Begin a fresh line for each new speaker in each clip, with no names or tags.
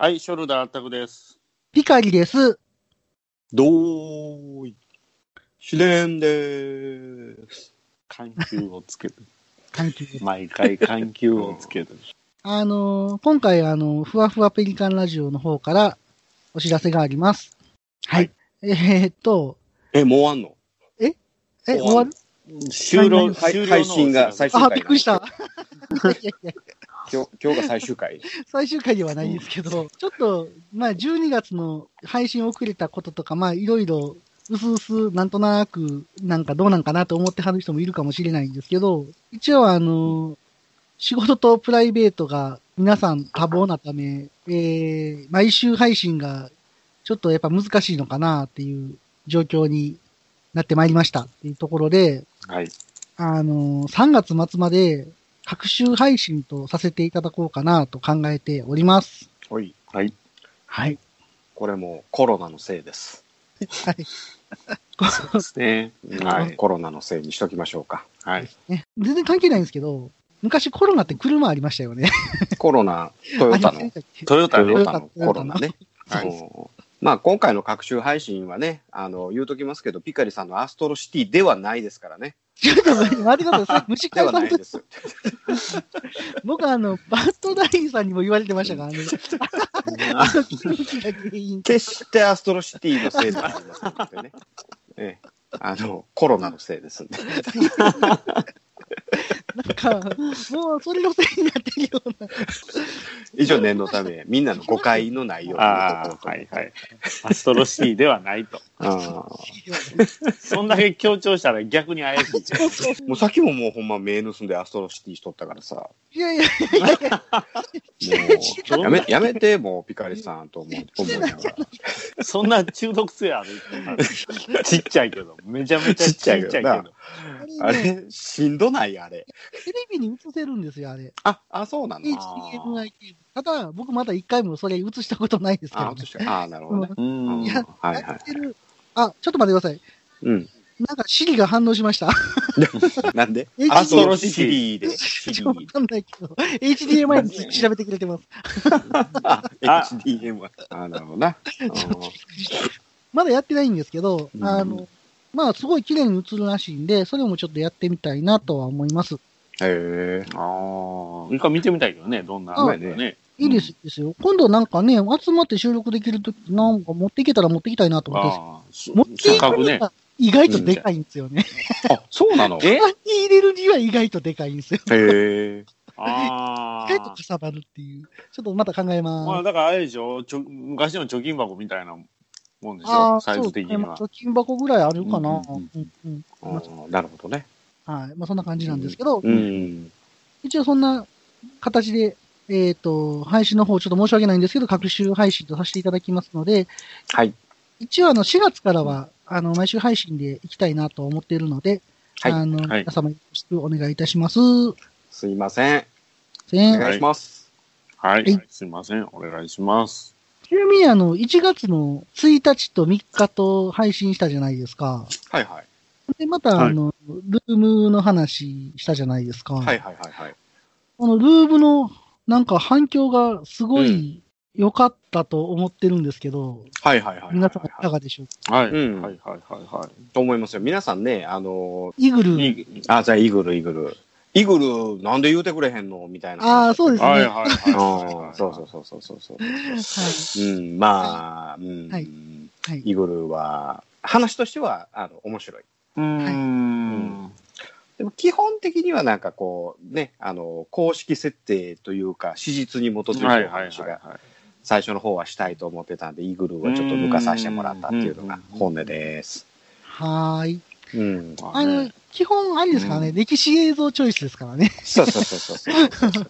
はい、ショルダーアタクです。
ピカリです。
どーい。シレンでーす。緩急をつけて、
緩急です
毎回緩急をつ けて。
あのー今回、あのーふわふわペリカンラジオの方からお知らせがあります。はい。えーっと、
え、もうあんの
え、終わる
終了、
はい
終了の
配信が最終回
あ、
な
びっくりした。いやいやいや
今日今日が最終 回。
最終回ではないんですけど、ちょっと、まあ、12月の配信遅れたこととか、まあ、いろいろ、うすうす、なんとなく、なんかどうなんかなと思ってはる人もいるかもしれないんですけど、一応、あの、仕事とプライベートが皆さん多忙なため、えー、毎週配信がちょっとやっぱ難しいのかなっていう状況になってまいりましたっていうところで、
はい。
あの、3月末まで各週配信とさせていただこうかなと考えております。
はい。
はい。
はい。
これもコロナのせいです。
そうですね。はい。
コロナのせいにしときましょうか。
はい。
ね、全然関係ないんですけど、昔コロナって車ありましたよね。
コロナ、トヨタ
あ
の、
りませんでしたっけ
トヨタ
ト
ね
ヨ。タのコロナね。
は
はいい、まあ今回の各種配信はね、あの、言うときますけど、ピカリさんのアストロシティではないですからね。
ちょっと待って待ってください。虫
で
飼い
は
さ
なんい
と、
です。
僕あの、バッドダインさんにも言われてましたからね。あの空気が原因
決してアストロシティのせいではありませんので ね。ええあの、コロナのせいですんで。
なんか、もうそれのせいになってるような。
以上念のため、みんなの誤解のないように
ああ、はいはい。アストロシティではないと。
ああ
そんだけ強調したら逆に怪しいじゃん。
もうさっきももうほんま目盗んでアストロシティしとったからさ。 も
いやいやいやいや、
うやめやめて、もうピカリさんと思う思いなが
そんな中毒性あるちっちゃいけど、めちゃめちゃちっちゃいけ
ちっちゃいけ
ど
ど。
あ
ら。あ
れね、
れ、しんどないあれ。
テレビに映せるんですよ、あれ。
あ、あ、そうなの
HDMI ケーブルただ、僕まだ一回もそれ映したことないですけ
あ
ど、ね
確。かにあ、なるほどね。
う
うん
ん
い。や
はいは
や
い
っ。てる。あ、ちょっと待ってください。
うん。
なんか、シリが反応しました。
なんで
HDMI
アストロシティで。シ
ち
テ
ょっとわ
ィ
かんないけど、HDMI に調べてくれてます。
あ、
あ
HDMI。あ、なるほどな。
まだやってないんですけど
う、ん
あの、まあ、すごい綺麗に映るらしいんで、それもちょっとやってみたいなとは思います。
へえ。
ああ、一回見てみたいけどね、どんな
うん
なんかね。
いいですですよ。今度なんかね、集まって収録できるとき、なんか持っていけたら持っていきたいなと思ってます
ああ、
持ってい
せっか
く
く
の
ね。
が意外とでかいんですよね。
あ、そうなのへ
え
手に 入れるには意外とでかいんですよ。
え。
意外
あ
と
あ
か。さばるっていう。ちょっとまた考えます。
まあ、だからあれでしょ、ちょ昔の貯金箱みたいなもんでし
あ
ょ、
あ、
サイ
そう
ズ
で
的
す
に
ね。まあ
は。
貯金箱ぐらいあるかな。
う
うんんうん
あーなるほどね。
はい。まあそんな感じなんですけど、
うん。
一応そんな形で、えっ、と、配信の方ちょっと申し訳ないんですけど、各週配信とさせていただきますので、
はい。
一応あの4月からは、あの、毎週配信で行きたいなと思っているので、
はい
あの、
はい
皆様よろしくお願いいたします。
すいません。
せ
お
ん
願いします。
はい、
はい
すいません、お願いします。
ちなみにあの、1月の1日と3日と配信したじゃないですか。
はいはい。
で、また、
はい
あの、ルームの話したじゃないですか。
はいはいはいはい。
このルームの、なんか反響がすごい良かったと思ってるんですけど、
はいはいはいはい。
皆さんいかがでしょうか、
はい、
うん
はい、はい、はい、は
と思いますよ。皆さんね、あの
イグル
い。
ー。
い
ー、
い
あ、じゃあイグルイグル。イグル、なんで言うてくれへんのみたいな。
ああ、そうですね。
はい、はい、
は
は
あ
いはい
ー
はい。
そうそうそうそうそうそう。う
い。
ん、まあ、うん、
はいはい
イグルは、話としては、あの、面白い。
う。うーん。
でも基本的にはなんかこう、ね、あの、公式設定というか、史実に基づい
はい、
た
はい、はい
話が、
は
最初の方はしたいと思ってたんで、イグルはちょっと抜かさせてもらったっていうのが本音です。
はーい。
うん。
い。ま
あの
ね、
基本あれですからね、
うん
歴史映像チョイスですからね。
そうそうそうそうそうそうそう。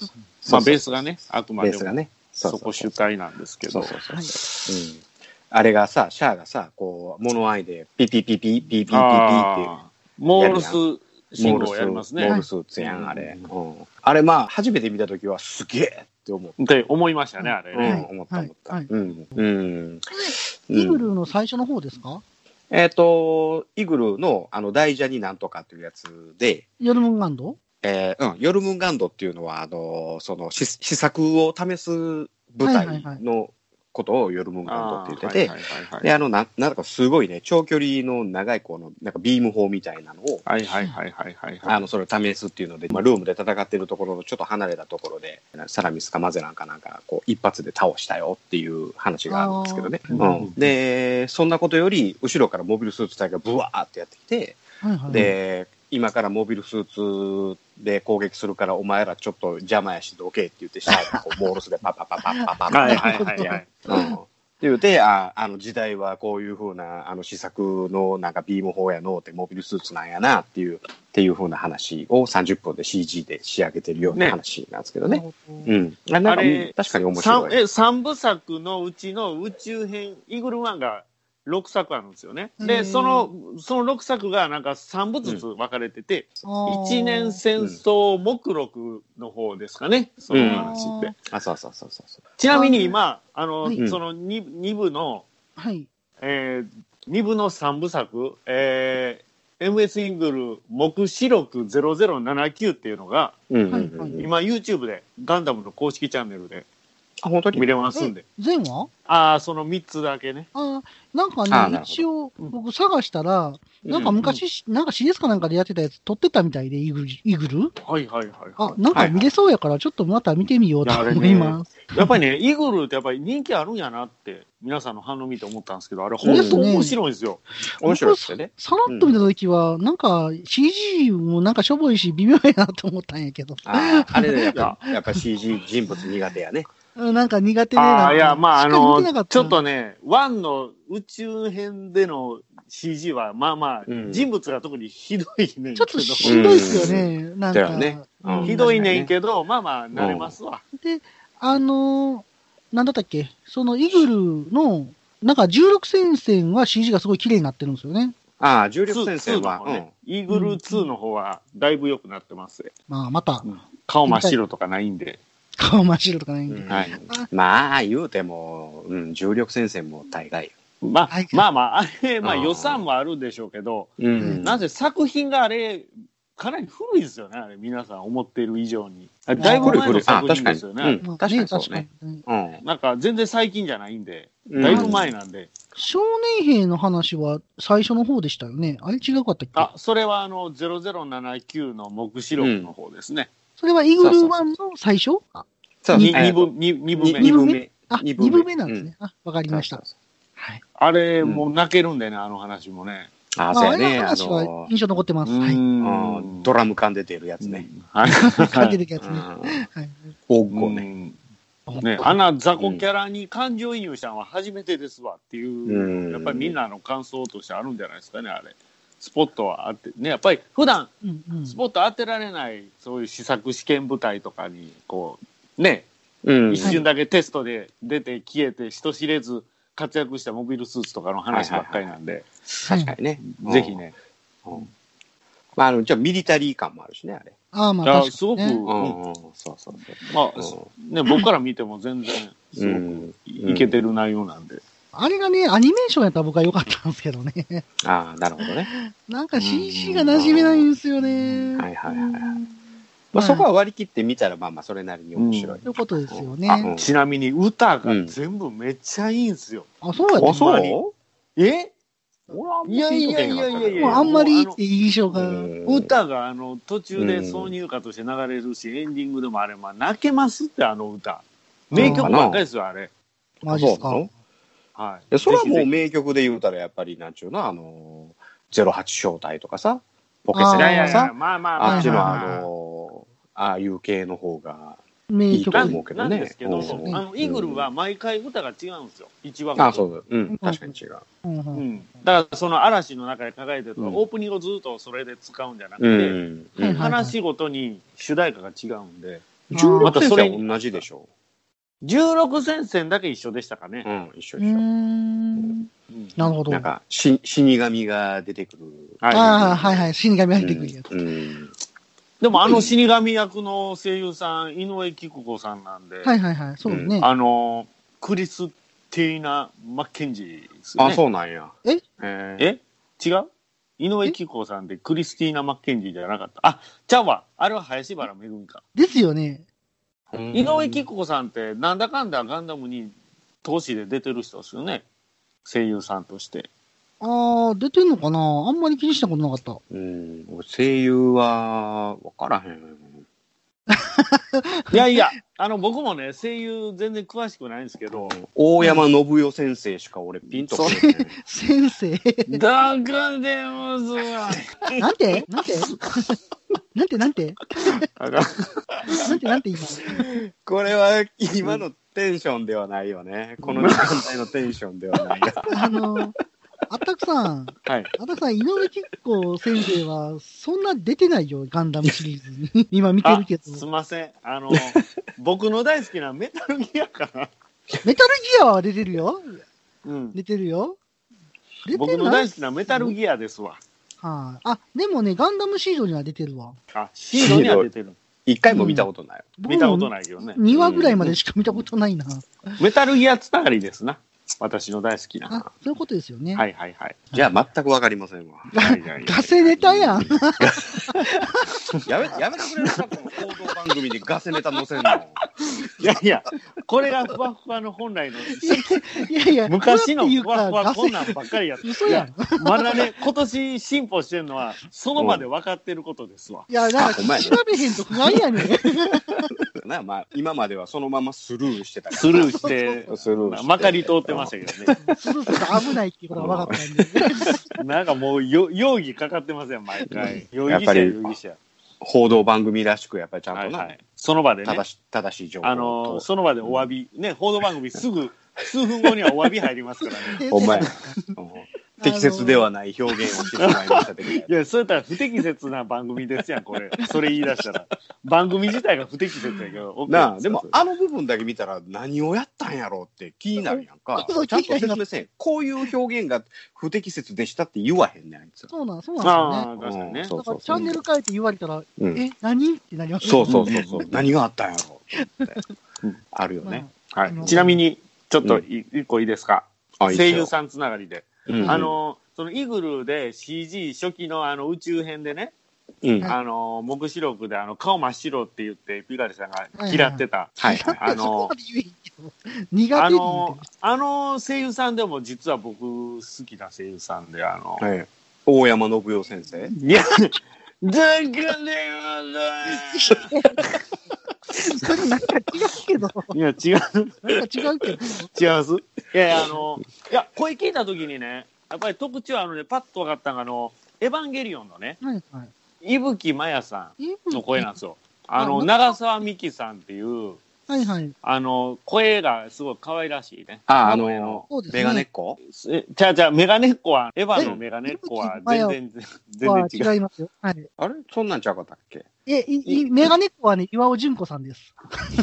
まあ、ベースがね、あくま
ベ
で
ースが
も、
ね。う
そうこ
う
主体なんですけ
そ
ど
う。そうそう。
は
う
い。
ん。あれがさ、シャアがさ、こう、物合いで、ピピピピ、ピピピピって、
ああモールス信号やります
モー
ね。
ルス打つや
は
ん、
い
あれ。うん。あれ、まあ、初めて見たときは、すげえって思った。
って思いましたね、あれ
う
ね。
ん、思った思った
はい。
うん。うん。
イグ
うん
ルーの最初の方ですか、
えっと、イグルの、あの、大蛇になんとかっていうやつで、
ヨルモンランド
えーうん、ヨルムンガンドっていうのは、あの、その試、試作を試す部隊
はいはいはい
のことをヨルムンガンドって言ってて、
はいはいはい
で、あの、な、なんだかすごいね、長距離の長いこの、なんかビーム砲みたいなのを、
はいはいはいはいはいはい。
あの、それを試すっていうので、まあ、ルームで戦ってるところのちょっと離れたところで、サラミスかマゼランかなんか、こう、一発で倒したよっていう話があるんですけどね。
あ
う
ー
ん、で、そんなことより、後ろからモビルスーツ隊がブワーってやってきて、
はいはい、
で、今からモビルスーツで攻撃するから、お前らちょっと邪魔やし、どけって言って、シャープこう、モールスでパッパッパッパッパッパッパッ
はいはいはいはい。
うんって言うて、ああの時代はこういうふうなあの試作のなんかビーム砲やのうてモビルスーツなんやなっていうっていうふうな話を30分で CG で仕上げてるような
ね
話なんですけどね。
うん
うん、あなん
あ
か
れ
確かに面
三
白い。
え三部作のうちの宇宙編イーグルワンが6作あるんですよね。
う
で
ん
そのその6作がなんか3部ずつ分かれてて、一年戦争目録の方ですかね、その話って。
あ、そうそうそうそうそう。
ちなみに今あの、
はい
その 2, 二部の、
はい。
えー、2部の3部作、えー、MS イーグル目視録0079っていうのが
うんうんう
はい
んうん、
今 YouTube でガンダムの公式チャンネルで
あ、本当
見
に
れますんで。
前は
ああ、その3つだけね。
あーなんか
あーなる
ね、
ほど
一応、
うん
僕探したら、なんか昔、なんか CS かなんかでやってたやつ撮ってたみたいで、イーグルイーグル
はいはいはい
あ
は、
なんか見れそうやから、ちょっとまた見てみようと
いやあれね
思います。
い。やっぱりね、イーグルってやっぱり人気あるんやなって、皆さんの反応見て思ったんですけど、あれ本当面白いんですよ。
面白いですよね。
さらっと見たときは、なんか CG もなんかしょぼいし、微妙やなと思ったんやけど、
あーあれね、やっぱ やっぱ CG 人物苦手やね。
うんなんか苦手で、
ああ、い
なん
や、
か
まあ、あ
しっかり見
の
てなか、た
ちょっとね、ワンの宇宙編での CG は、まあまあ
う、ん
人物が特にひどいねん
ちょっ
け
と
ど、
しんどいっすよね、なん
だよ
か。
ねうん
ひどいねんけど、まあまあ、慣れますわ。
で、あのーなんだったっけ、そのイグルの、なんか16戦線は CG がすごい綺麗になってるんですよね。
ああ、重力
2
先生
の
は
方、ね、イーグル2の方は、だいぶ良くなってます。
まあ、また、
顔真っ白とかないんで。
顔真っ白とかないん
う
で。
んうん
はい
まあ言うても、うん、重力先生も大概よ。
まあ
はい、
まあまあ、あれ、まあ
うん
予算もあるでしょうけど、
うん
なぜ作品があれ、かなり古いですよね、あれ、皆さん思っている以上に。あれだいぶ前の作品ですよね。
あ確かに
まあ
確かにそうね
確かに
うん
なんか全然最近じゃないんで、
うん
だいぶ前なんで、
少年兵の話は最初の方でしたよね。あれ違うかったっけ
あそれはあの0079の目視録の方ですね、
それはイグル
そうそう
1の最初あ
そう
に
えー
二部二二部
に
目
二。
二部
部目
目。
あ、
二
2
部目
部目なんですね。あ、わかりました。はい。
あれ、もう泣けるんでね、あの話もね。
あ
ま
あ、そう
あ、あ
や
れ
ね。
の
あ
話は
の、
印象残ってます。はい。
うんドラム缶で出るやつね。
はい。
感じてるやつ
う
ね。
ん
はい。
おっこね。
ねね、あんな雑魚キャラに感情移入したのは初めてですわっていう、
うん
やっぱりみんなの感想としてあるんじゃないですかねあれスポットはあってねやっぱり普段
うんうん
スポット当てられないそういう試作試験部隊とかにこうね
うん。
一瞬だけテストで出て消えて人知れず活躍したモビルスーツとかの話ばっかりなんで、
確かにね。うん
ぜひ。ね、
うんまあ、あの、じゃあミリタリー感もあるしね、あれ。
ああ、まあ
いや
確かに、ね。
すごく、
う
うん
んうん。そうそう
まあ、
そ
ね僕から見ても全然
う。う
すごく
ん。
いけてる内容なんで、
あれがね、アニメーションやったら僕は良かったんですけどね。
ああ、なるほどね。
なんか CG が馴染めないんですよね。
はいはいはいはい
うん
まあ、そこは割り切ってみたら、まあまあ、それなりに面白い
とい。うことですよ
あ
ね。
ん
ちなみに歌が全部めっちゃいいんすよ、
あ、そうやね
あ
あ、
そ
そうう
え
俺はあんまり
いやいやいやいやいや
もうあんまりいいって印象が。
うん
歌があの途中で挿入歌として流れるし、エンディングでもあれ、まあ、泣けますってあの歌名曲ばっかりですよあれ、
マジっすか
そうな。の
はい
やそれはも
ぜ
う
ひぜ
名曲で言うたらやっぱりなんちゅうのあの08招待とかさポケセ
ひい
ラ
や
とか
いやいや
さ
まあまあまあ
あっちの
ま
あ
ま
のああいう系の方が
名
い
曲。
い
な
と
ん
思うけどね
なんですけど、
うん
あのイーグルは毎回歌が違うんですよ一話ごと
あそうだうん確かに違う
うんうん
うん、だからその嵐の中で輝いてるとか、
うん
オープニングをずっとそれで使うんじゃなく
う
て、
ん
はいはい
話ごとに主題歌が違うんで
16
また
先
それ
生は同じでしょ
16戦線だけ一緒でしたかね
う、ん一緒
うー
一緒
ん。
うん
なるほど。
なんかし死神が出てくる
はい
ああ、はいはい。死神が入ってくるやつ。
うんうん
でもあの死神役の声優さん、井上貴子子さんなん
は
で、
いはいはい。そうね。
あのクリスティーナ・マッケンジーですよ
あ
ね。
そうなんや
え
え
え違う井上貴子さんでクリスティーナ・マッケンジーじゃなかった。あ、ちゃうわ。あれは林原めぐみか。
ですよね。
井上貴子さんってなんだかんだガンダムに投資で出てる人ですよね。声優さんとして。
ああ、出てんのかなあんまり気にしたことなかった。
うん、俺声優は、わからへん。
いやいや、あの、僕もね、声優全然詳しくないんです けど、
大山信代先生しか俺ピンとこない。
先 生
だからでもすごい。
なんてなんて なんてなんて
あかん
なんてなんて今。
これは今のテンションではないよね。この時間帯のテンションではない。
あの、あったくさん、
はい。
あったくさん、井上貴子先生は、そんな出てないよ、ガンダムシリーズ に。今見て
あ
るけど。
すいません。あ の、僕の大好きなメタルギアかな。
メタルギアは出てるよ。
うん。
出てるよ。出て
僕の
ない
大好きなメタルギアですわ。
はいあ、でもね、ガンダムシードには出てるわ。
あ、シードには出てる。
一回も見たことない。
僕も
見たことないけどね。
2話ぐらいまでしか見たことないな。
メタルギアつながりですな。私の大好き
あ
な。、
そういうことですよね。
はいはいはい。
じゃあ全くわかりません わ。
はいはい
ガセネタやん。
やめやめてくれるか、この報道番組でガセネタ載せんの。
いやいや、これがふわふわの本来の
いやいや、
昔のふわ
ガ
ふわこ
セ
んなんばっかりやった。
嘘やん。
まだね、今年進歩してるのは、その場で分かってることですわ。
いや、なんか
お前
調べへんと不安やねん。
なまあ、今まではそのままスルーしてたから
スルーして、
スルーして
まかり通ってましたけどね。
スルーすると危ないっていうことが分かったんで。
なんかもうよ、容疑かかってますよ、毎回。容
や
疑
っぱ
者、
り
容疑者。
報道番組らしく、やっぱりちゃんと
はい
な、
はい。その場でね
正。し正しい情報と、
あのー、その場でお詫び。ね、報道番組 すぐ、数分後にはお詫び入りますからね。
お前
あ
うん適切ではない表現をしてしまいましたけど、
いや、そうやったら不適切な番組ですやん、これ。それ言い出したら。番組自体が不適切やけど。OK
なあでもあの部分だけ見たら何をやったんやろうって気になるやんか
そう
ちゃんと説明せんこういう表現が不適切でしたって言わへんねんあいつ
そうなん、そうなん
ああ、
ですよ
確か
ね
に
う。
ね
ん
ですよね。だからチャンネル変えて言われたら、
うん
え、何ってなります
そうそううそうそう
うん
何があったんやろうって
うん
あるよね、
は
あの
い。ちなみに、ちょっとい一個いいですか。
あいいっす
声
よ
優さんつながりで。
うん
あの、そのイグルで CG 初期のあの宇宙編でね、
うん
はい
あの、目視録であの顔真っ白って言って、ピカリさんが嫌ってた。
はいはい
あのー
そこまで言えへんけど。苦
あ
手に
の、あの声優さんでも実は僕好きな声優さんで、あの、
はい大山信代先生
いや、だからね
それなんか違うけど、
いや、違う。
なんか違うけど。
違いますいやいや、あの、いや、声聞いた時にね、やっぱり特徴あのね、パッと分かったのが、あの、エヴァンゲリオンのね、
はいはい。
伊吹まやさ
イ
ん
ブ
の声なんですよ。あの、
あ
長澤美希さんっていう、
はいはい。
あの、声がすごい可愛らしいね。
ああ
あ
の
の
そうですね。
メガネっ子
えちゃうちゃう、メガネっ子は、エヴァのメガネっ子は全然、
は
全然違う。
違いますよ。はい。
あれそんなんちゃうかったっ け
え、いいメガネっ子はね、岩尾純子さんです。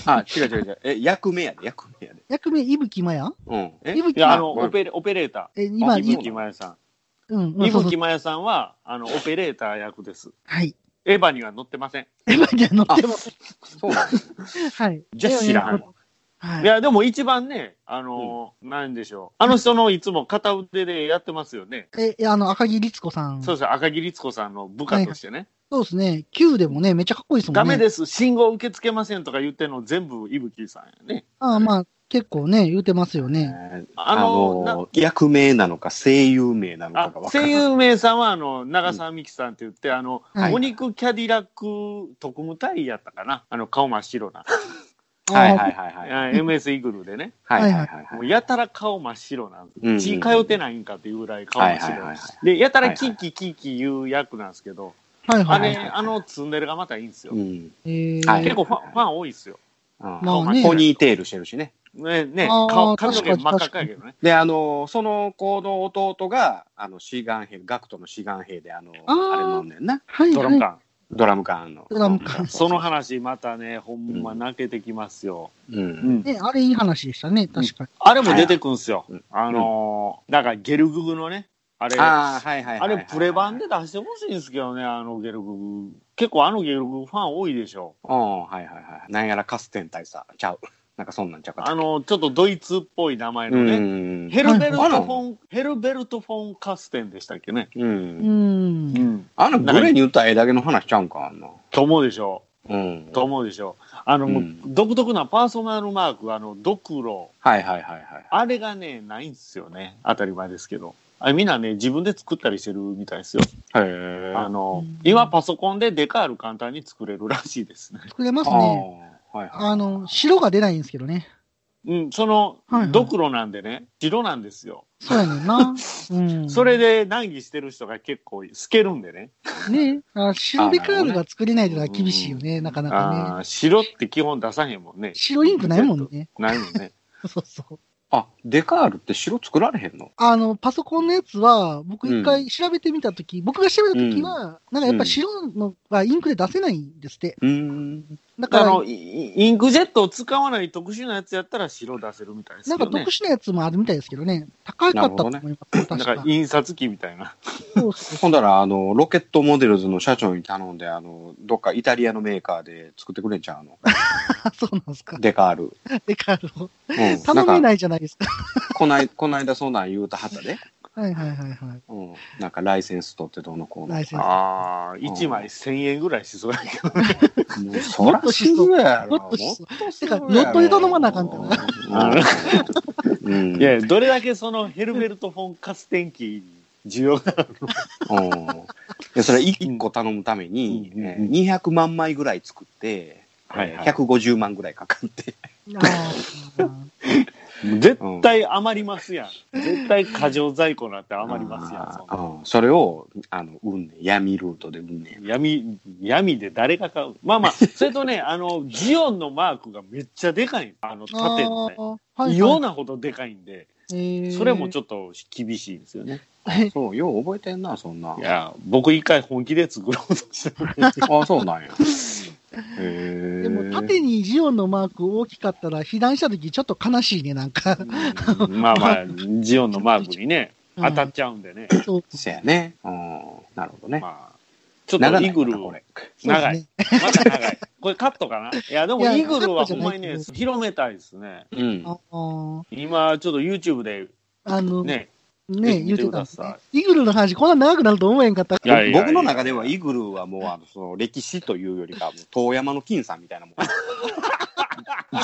あ違う違う違うえ役名やで役名やで
役名、伊吹まや
うんえ
伊吹
いや、あ
ま
の、オペレオペレータ
え、
ー。
今、
あ
い
伊吹まやさ。
うん、うん
伊
そうそう
吹まやさんは、あの、オペレーター役です。
はい。
エヴァには乗ってません。
エヴァには載ってます。
そうなんや
はい。
じゃあ知らんわ
はい
い。や、でも一番ね、あのー、なんでしょう。あの人のいつも片腕でやってますよね。
え、いやあの、赤木律子さん。
そ
そう
うそう、赤木律子さんの部下としてね。
ですね。Q でもね、めっちゃかっこいいですもんね。
ダメです、信号受け付けませんとか言ってんの全部伊吹さんやね。
ああまあ、結構ね、言うてますよね。
あ
あ
のー、
の、役名なのか声優名なのか
あ
が分から
声
ない。
優名さんはあの長澤美希さんって言って、あの、
はい。
お肉キャディラック特務隊やったかなあの顔真っ白な、
はいはいいはいはい。
あ MS イグルでね
はいはいはい
も
は
う
い。
やたら顔真っ白なんです、
うんうん
血通ってないんかっていうぐらい顔真っ白、
はいはいはいは
でやたらキーキーキーキー言う役なんですけど、
はいは
あ
い。
れ、
はいはい
あのツンデレがまたいいんですよ、
うん。
えー
はい
結構ファンファン多いですよ
あ
まあ
ー
ね
ポニーテールしてるしね。
ねね
あー
顔髪の毛
確か
真っ
に
赤っかやけどね
で、あの、その子の弟が、あの、シーガン兵、ガクトのシーガン兵で、あの、
あー
あれ飲んだよな。
はい
ドラム
はい。
缶
ドラム缶の。
ドラム缶
その話またねほんま泣けてきますよ、
う。
うんん
ね、あれいい話でしたね、確かに。
あれも出てくんすよ。
はい
あのー、なんかゲルググのね、あれ、あ
ああ、はいはいはいはい。
れプレ版で出してほしいんですけどね、あのゲルググ。結構あのゲルググファン多いでしょ。
うん、はいはいはい。なんやらカステン大佐。ちゃう。なんかそんなんちゃうかった
あの、ちょっとドイツっぽい名前
う
のね。
ん。
ヘルベルト
あ
フ
ら
ォン、ヘルベルトフォンカステンでしたっけね。
う。
うんん。
ん。
あの、グレーに打った絵だけの話ちゃうんか、あんな。
と思うでしょ。
うん。
と思うでしょ。あの、もう
うん
独特なパーソナルマーク、あの、ドクロ、
はいはいはいはい。
あれがね、ないんですよね。当たり前ですけど。あれみんなね、自分で作ったりしてるみたいですよ。
へ
あの
うん、
今パソコンでデカール簡単に作れるらしいですね。
作れますね。
あーはいはい
あの、白が出ないんですけどね。
うん、その
はいはい、
ドクロなんでね、白なんですよ。
そうやねん な。うん。
それで難儀してる人が結構透けるんでね。
ね。あ白デカールが作れないのは厳しいよね、なかなか
あ
ね。
あー、白って基本出さへんもんね。
白インクないもんね。
ないもんね。
そうそう。
あ、デカールって白作られへんの
あの、パソコンのやつは、僕一回調べてみたとき、僕が調べたときは、なんかやっぱ白のはインクで出せないんですって。
うーん。
だか
あ
ら、
の、イインクジェットを使わない特殊なやつやったら白出せるみたいです
なん
よ
か
ね。
特殊なやつもあるみたいですけどね。高かったと思います、確
なん
か。
か印刷機みたいな。
そうそう
ほんだら、あの、ロケットモデルズの社長に頼んで、あの、どっかイタリアのメーカーで作ってくれんちゃうの
あそうなんですか。
デカール。
デカールを。
うん。
頼め
んか、
ないじゃないですか。
こない、こないだそんなん言うたはったで。
はいはいはいはい。
うん。なんか、ライセンス取ってどうのこうの
ライ。センス。
ああ、1枚1000円ぐらいしそうやけど。
もうそらすぐやろ。
もっとしそ
すぐやろ
てかヨットで頼まなあかんか
うんうん。
いや、どれだけそのヘルメルトフォンカステンキに需要が。
うんでそれ1個頼むために、
うんうん
えー200万枚ぐらい作って、
はいはい
えー150万ぐらいかかって、
あー
絶対余りますやん。絶対過剰在庫なんて余りますやんそん
あ
な
ーうんそれをあの売んねん闇ルートで売んねん。
闇、闇で誰が買うまあ まあ、それとね、あの、ジオンのマークがめっちゃでかい。あの、
あ
縦のね。
ー。
異様なほどでかいんで、
えー
それもちょっと厳しいですよね。
そう、よう覚えてんな、そんな。
いや、僕一回本気で作ろうとして る。
あそう なんや。へ
でも縦にジオンのマーク大きかったら、被弾した時ちょっと悲しいね、なんか。
うんまあまあ、ジオンのマークにね、当たっちゃうんでね。
うんそう
せやね。うん。なるほどね。
まあ、ちょっ
長
と
ないか
イグ
な
ル
こ
を
れ。
長い。
そう
まだ長い。これカットかないや、で
い
も
や
イグルは
カット
ほん
じゃ
ま
ない
に
けど
ね、広めたいですね。
うん
あ。ー
今、ちょっと YouTube で
あの、ね、
ね、
言
見
ってて
く
たん
だ
ですね
さ。
イグルの話、こんな長くなると思えんかった。
いやいやいや
僕の中ではイグルーはもうあのその歴史というよりかはもう遠山の金さんみたい なもん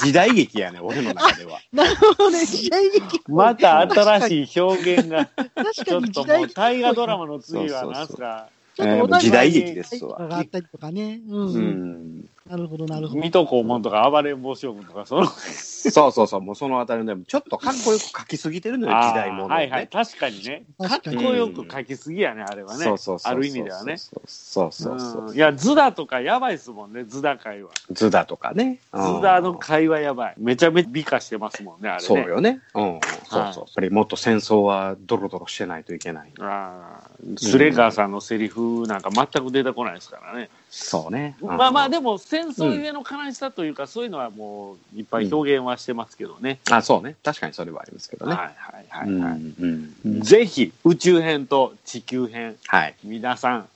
時代劇やね俺の中では
なるほどね、時代劇。
また新しい表現が、
確
ち
か
ょっ
に
と
時
も
代
う
劇。
大河ドラマの次は何すか、
ちょっとお
えー
題
時
が
代
ですわ
があったりとかね。う。
うんん
なるほど、なるほど。
水戸黄門とか暴れん坊将軍とか、その、
そうそうそうもうそのあたりのでもちょっとかっこよく書きすぎてるのよ時代ものをね、
はいはい、確かにね。かっ
確かに
こよく書きすぎやね、あれはね。
そうそうそう
ある意味ではね。
そうそうそう
うんいや、ズダとかやばいですもんね、ズダ界は。
ズダとかね
ズダの会話やばい。めちゃめちゃ美化してますもんね、あれね。
そう。よねうんそうそうやっぱりもっと戦争はドロドロしてないといけない
あースレガーさんのセリフなんか全く出てこないですからね。
そうね、うん
まあまあ、でも戦争ゆえの悲しさというか、そういうのはもういっぱい表現はしてますけどね。
あそうね確かにそれはありますけどね、
はいはいはいはい。
うんうん
ぜひ、宇宙編と地球編、
はい
皆さん、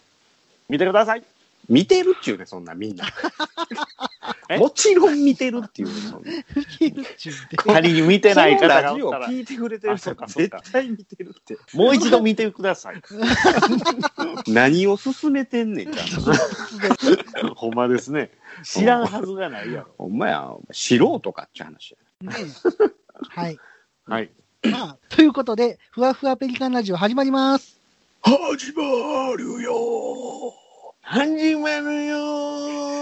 見てください。
見てるっちゅうね、そんなみんな
え。
もちろん見てるっていうねそんな。
吹けるっちゅうて
仮に見てない
この
方
ラ
が
ジ
お
オ
ったら、
聞いてくれてる
あ
人
そうかそう
絶
か
対見てるって。
もう一度見てくだ さい。
何を勧めてんねんか。
ほんまですね。知らんはずがないやろ。
ほんまや、素人かって話や。
ねはい。
はい。
まあ、ということで、ふわふわペリカンラジオ始まり ます。
始まるよ
始めるよ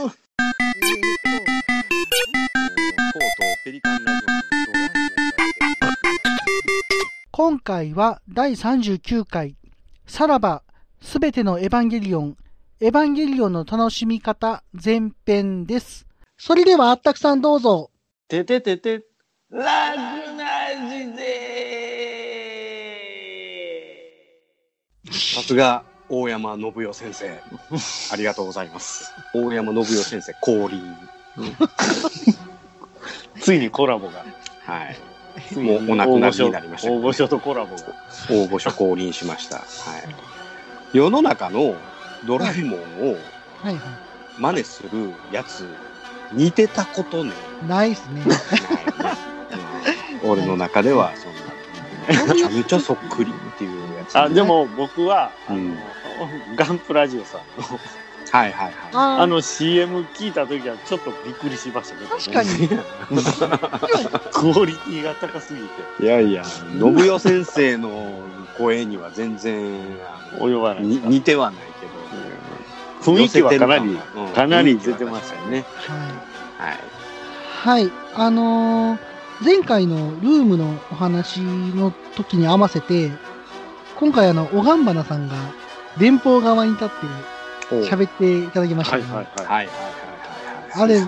とうとうペリカンラジ
今回は第39回、さらば、すべてのエヴァンゲリオン、エヴァンゲリオンの楽しみ方前編です。それでは、あったくさんどうぞ。
てててて、楽な字で
さすが、大山信代先生。ありがとうございます。大山信代先生、降臨。
ーついにコラボが。
はい。
つい
もうお亡くなりになりましたけど
大御所とコラボが。
応募所降臨しました。はい。世の中のドラえもんを
はいは
真似するやつ、似てたことね。
い。ないっすね。
うん俺の中では、そんな。めちゃめちゃそっくりっていうやつ、
あ、でも僕は、あの
うん
ガンプラジオさんの
はいはいは
あ
あの、
の CM 聞いた時はちょっとびっくりしましたけど、
確かに。
クオリティが高すぎて
い。いやいや、信代先生の声には全然あ
及ばな
の
い
に似てはないけど、
雰囲気はかなり
寄せてる感が
かなり出てましたよね。
は
はい。
い。はい。あのー前回のルームのお話の時に合わせて、今回あの、おがんばなさんが、電報側に立って喋っていただきました
は
ね、
いはいは
はいはいはいはいはい。
あれ
い。ね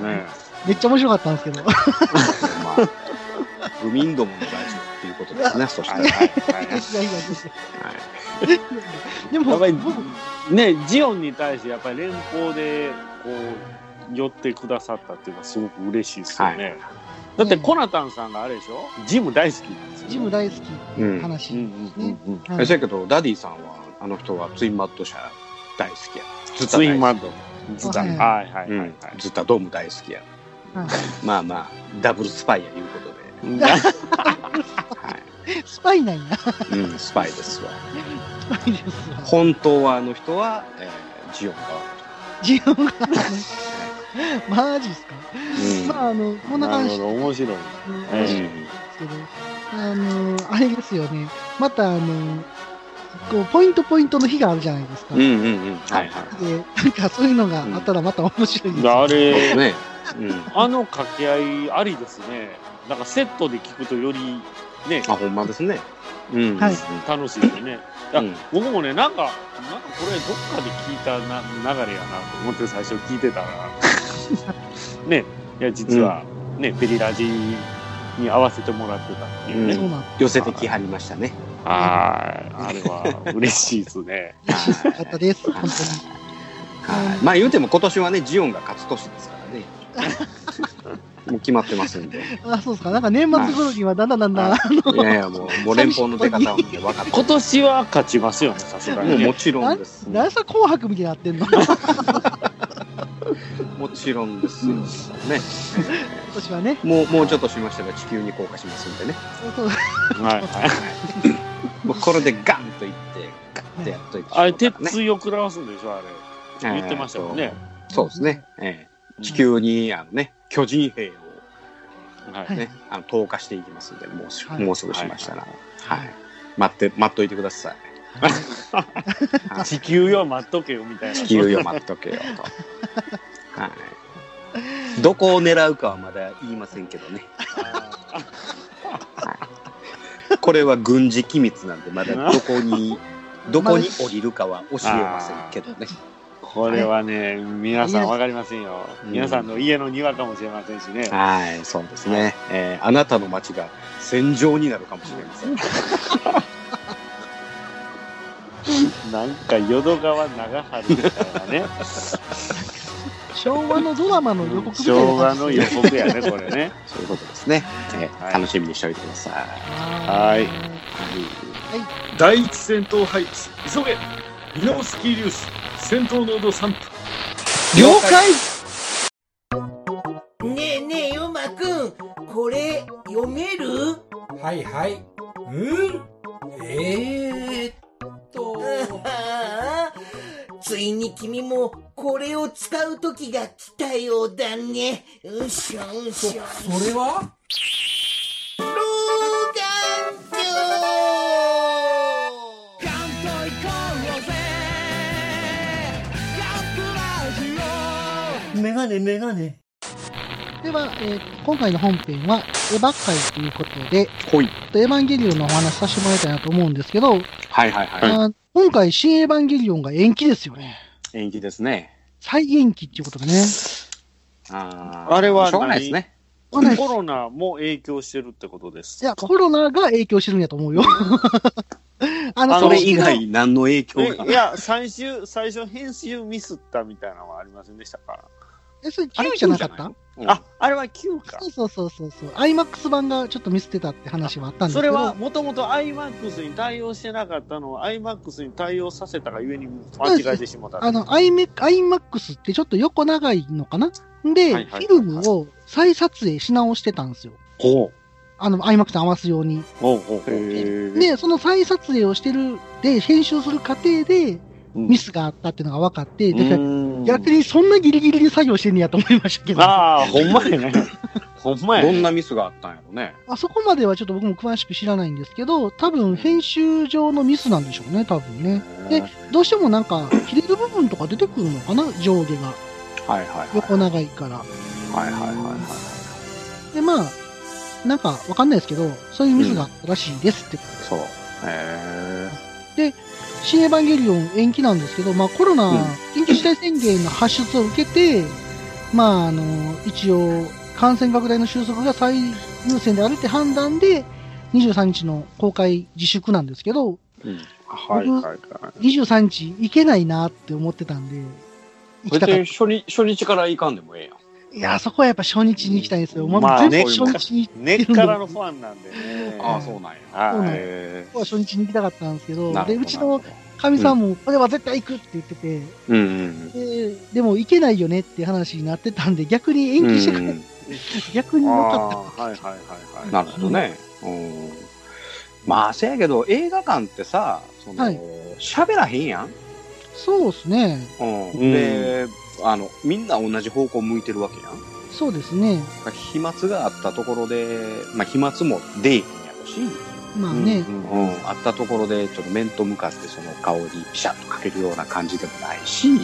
めっちゃ面白かったんですけ ど。
まあ、不民どもの大事っていうことですね、そしたら。はいはいはい
いやいやいやで
やっ
も、
ぱり
僕、
ねジオンに対してやっぱり連邦でこう寄ってくださったっていうのはすごく嬉しいですよね、
はい
だってコナタンさんがあれでしょジム大好きなんですよね
ジム大好き
うん
話。
うん
う
うん
んうん
はい
そやけど、ダディさんは、あの人はツインマット社大好きや。
ツインマ
ッ
ッド
ズ
タ
タ、う
はい
ね
ん
はいはいはい、
ズタドーム大好きや。
はい
まあまあ、ダブルスパイやいうことで。
な
は
スパイなんや。ス
い。うん、スパイですわ。
パイですわ。
本当はあの人は、えージオンが。
ジオンが、マジっすか。
うん
まあ、あの、こんな感
る
じ
ほ
で
ど面白い
うん
え
すけど、あの、あれですよね。また、あの、こう、ポイントポイントの日があるじゃないですか。
うん
で、
うんうん。はいは
なんかそういうのがあったらまた面白いですよ
あれ
い。ね。うん。
あの掛け合いありですねなんかセットで聞くとよりね
あ、ほんまですね。うん。
はい
楽しいですね
う
あ
ん。
僕もねなんかなんかこれどっかで聞いたな流れやなと思って最初聞いて たらねいや実はね、ペリラジに合わせてもらってたっていうね、
うん
そうなん
寄せてきはりましたね。
はいあれは嬉しいですね
嬉しかったです。本
はいまあ言うても今年はねジオンが勝つ年ですからね もう決まってますんでい
当に。あ、そうですか。なんか年末頃にはだんだんだんだん、
は
あの、
やい やもうもう連邦の出方を見て分かって
今年は勝ちますよねさす
も
が
う
に、
も
ね、
ちろ
なん
んです
なんさ紅白みたいになってんの今
もちろんですよね
年はね。
もうもうちょっとしましたら地球に降下しますんでね、
そうそう
はい はい
はい、もうこれでガンといってガッてやっといてしま
あ
う
れ
から
鉄槌を食らわすんでしょあれ言ってましたもんね、
えーそうですね、ええ地球にあのね巨人兵を
はい
はい
ねあの投下していきますんでもうす,、
はい
もうすぐしましたらはい、待って待っといてください
地球よ待っとけよみたいな
地球よ待っとけよと。はい。どこを狙うかはまだ言いませんけどね。
あ
これは軍事機密なんで、まだどこに、どこに降りるかは教えませんけどね。
これはね皆さんわかりませんよ
うん
皆さんの家の庭かもしれませんしね
はい、そうですね。えーあなたの町が戦場になるかもしれません。
なんか淀川長春みたいなね
昭和のドラマの予告みたいな
昭和の
感じ
予
ですね
告やねこれね
そういうことですね。えー
はい
楽しみにしておいてください。
はい
第一戦闘配置急げミノフスキー粒子戦闘濃度3分
了解
ねえねえ、ヨマくん、これ、読める
はいはい。うんえー、っと。
ああ ついに君も、これを使う時が来たようだね。うしょう
そ、
しょ。
それは
老眼鏡メガネメガネ。
では、えー今回の本編は、エヴァ会ということで、
ほい。
ちょっとエヴァンゲリオンのお話させてもらいたいなと思うんですけど、
はいはいはい。
あー今回、新エヴァンゲリオンが延期ですよね。
延期ですね。
再延期っていうことでね。
あ
あれは
しょうがないですね。
わかんない
コロナも影響してるってことです
いや、コロナが影響してるんやと思う よ。あ
あの
それ
の
以外何の影響が
えいや最終最初編集ミスったみたいなのはありませんでしたか
え、それ9じゃなかっ
あれ
た
うん
ああれは9か
そうそうそうそうそう。IMAX 版がちょっと見捨てたって話はあったんです
そ
け
れ
ど。
はもともと iMAX に対応してなかったのを iMAX に対応させたがゆえに間違えてしまった
あの、IMAX IMAX ってちょっと横長いのかなで、
はいはいはいはい
フィルムを再撮影し直してたんですよ。
ほ
あの、IMAX と合わすように。
うほうほうほう
へー
で、その再撮影をしてる、で、編集する過程で、
うん
ミスがあったっていうのが分かって、
う
で
ーん
逆にそんなギリギリで作業してんねやと思いましたけど、あ
ああ、ほんまやね。ほんまや
ど
ね。
んなミスがあったんやろね。
そこまではちょっと僕も詳しく知らないんですけど、多分編集上のミスなんでしょうね、多分ね。で、どうしてもなんか、切れる部分とか出てくるのかな、上下が。
はいはいはい。
横長いから。
はいはいはいはい。
で、まあ、なんかわかんないですけど、そういうミスがあったらしいですってことです。
そう。へ
新エヴァンゲリオン延期なんですけど、まあ、コロナ、
うん
緊急事態宣言の発出を受けて、まあ、あの一応、感染拡大の収束が最優先であるって判断で、23日の公開自粛なんですけど、
え。うん。はいはいはい。
23日行けないなって思ってたんで、行きたかった。
初日、初日から行かんでもええやん。
いや、そこはやっぱ初日に行きたいんですよ。ま
まあ
あ、全部
ね
初日に、
根っからのファンなんでね。
ああ、そうなんや。
はい
そうなんや
へ
ここは初日に行きたかったんですけど、
え。
で、うちの、かみさんも、これは絶対行くって言ってて、
うんうん
ででも行けないよねって話になってたんで、逆に延
うん。
期してくれ
うん
逆に良かった。
ああ、はいはいはいはい。
なるほどね。うん。まあ、せやけど、映画館ってさ、その
はい、
喋、らへんやん。
そうですね。
うん。
うん
で、あの、みんな同じ方向向いてるわけやん。
そうですね。
飛沫があったところで、まあ、飛沫も出えへんやろし、
まあね、
うん
うん、あったところで、ちょっと面と向かってその顔にピシャッとかけるような感じでもないし、
ね。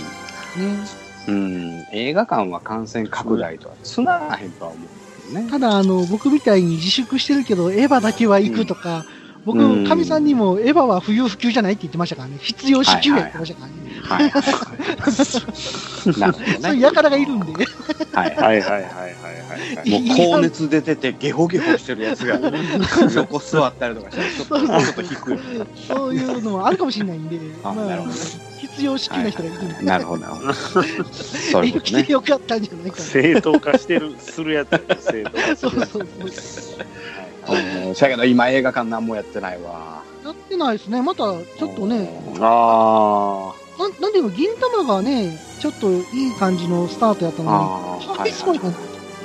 うん、映画館は感染拡大とはつながへんとは思うけどね。
ただ、あの、僕みたいに自粛してるけど、エヴァだけは行くとか、
うん
僕、かみさんにも、エヴァは不要不急じゃないって言ってましたからね。必要支給やってましたから
は
ね。
いはい。なるほどね。
そういう輩がいるんで。
はいはい。
はいはいはいはいはいはい。
もう高熱出ててゲホゲホしてるやつが横座ったりとかしたらちょっとちょっと低いよね。
そういうのもあるかもしれないんで、
あなるほど
必要支給な人がいるんで、
なるほどなるほど。そういうこ
行っ
とね
て。よかったんじゃないかな。そ
正当化してる、するやつやね正当化す
う
る
そう
やつ。
そう。
うんそやけど今映画館何もやってないわ。
やってないですね。また、ちょっとね、
あ
なんなんていうの、銀玉がね、ちょっといい感じのスタートやった
ー
の
あ
に、
ー。
ハイスポイかな。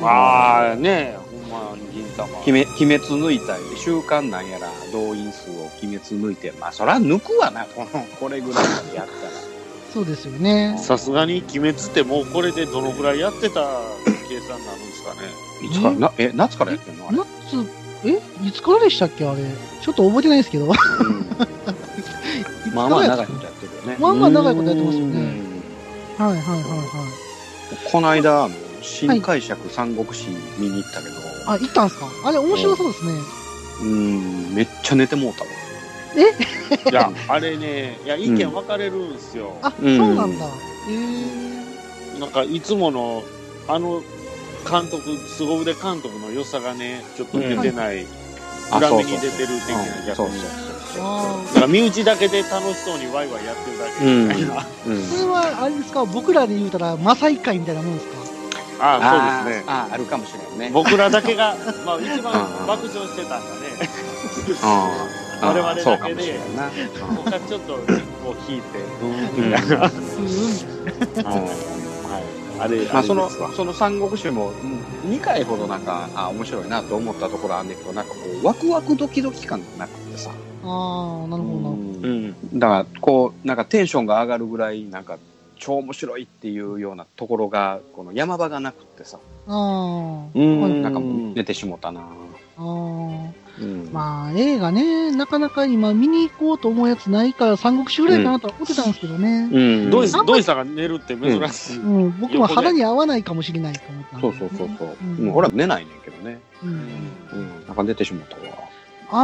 ああ、ねほんま、銀玉。
鬼滅鬼滅抜いたり、週間なんやら動員数を鬼滅抜いて、まあそら抜くわな、この、これぐらいまでやった
そうですよね。
さすがに鬼滅ってもうこれでどのくらいやってた計算になるんですかね。
ら。いつから、なえ、夏からやってんのあれ。
ナッツ、えいつからでしたっけあれ。ちょっと覚えてないですけど。
まあまあ長い
いつ
ことやってるよね。
まあまあ長いことやってますよね
うん
からやった。はいはいはい
この間、あの新解釈三国志見に行ったけど、
はい。あ、行ったんすかあれ面白そうですね。
うん、めっちゃ寝てもうたわ。
いや、あれね、いや、意見分かれるんですよ。
あ、
うん
そうなんだ。えー。
なんか、いつもの、あの、監督、凄腕監督の良さがね、ちょっと出てない、裏目に出てる的な
そ
逆
うそう
に。
あ
だから身内だけで楽しそうにワイワイやってるだ けみたいな。
そう。うん
あ。それは、あれですか僕らで言うたら、マサイ会みたいなもんですか
ああ、そうですね。
あーあるかもしれないね。
僕らだけが、まあ、一
うんう
番
ん
爆笑してたんだね。
あー
我々だけで
そうかもしれんな。
他ちょっと、こう、引いて、うん、みたいな。
うん。
はい。あれ、
ま
あ
あ、
れ
その
ですわ。
その三国志もうん2回ほどなんかあ面白いなと思ったところあんねんけどなんかこうワクワクドキドキ感がなくてさ、
ああ、なるほどなるほ
うん、だからこうなんかテンションが上がるぐらいなんか超面白いっていうようなところがこの山場がなくってさ、
ど。ああ。
うん
なんかもう寝てしもたな、
ああ。
うん
まあ、映画ね、なかなか今見に行こうと思うやつないから、三国志ぐらいかなとは思ってたんですけどね。
うん
ドイ
あんまり
ドイさんが寝るって珍しい。
うん、僕も肌に合わないかもしれないと思ったんで
そうそうそうそう、
うん
うん、俺は寝ないねんけどね、
うん
うん、なんか寝てしもたわ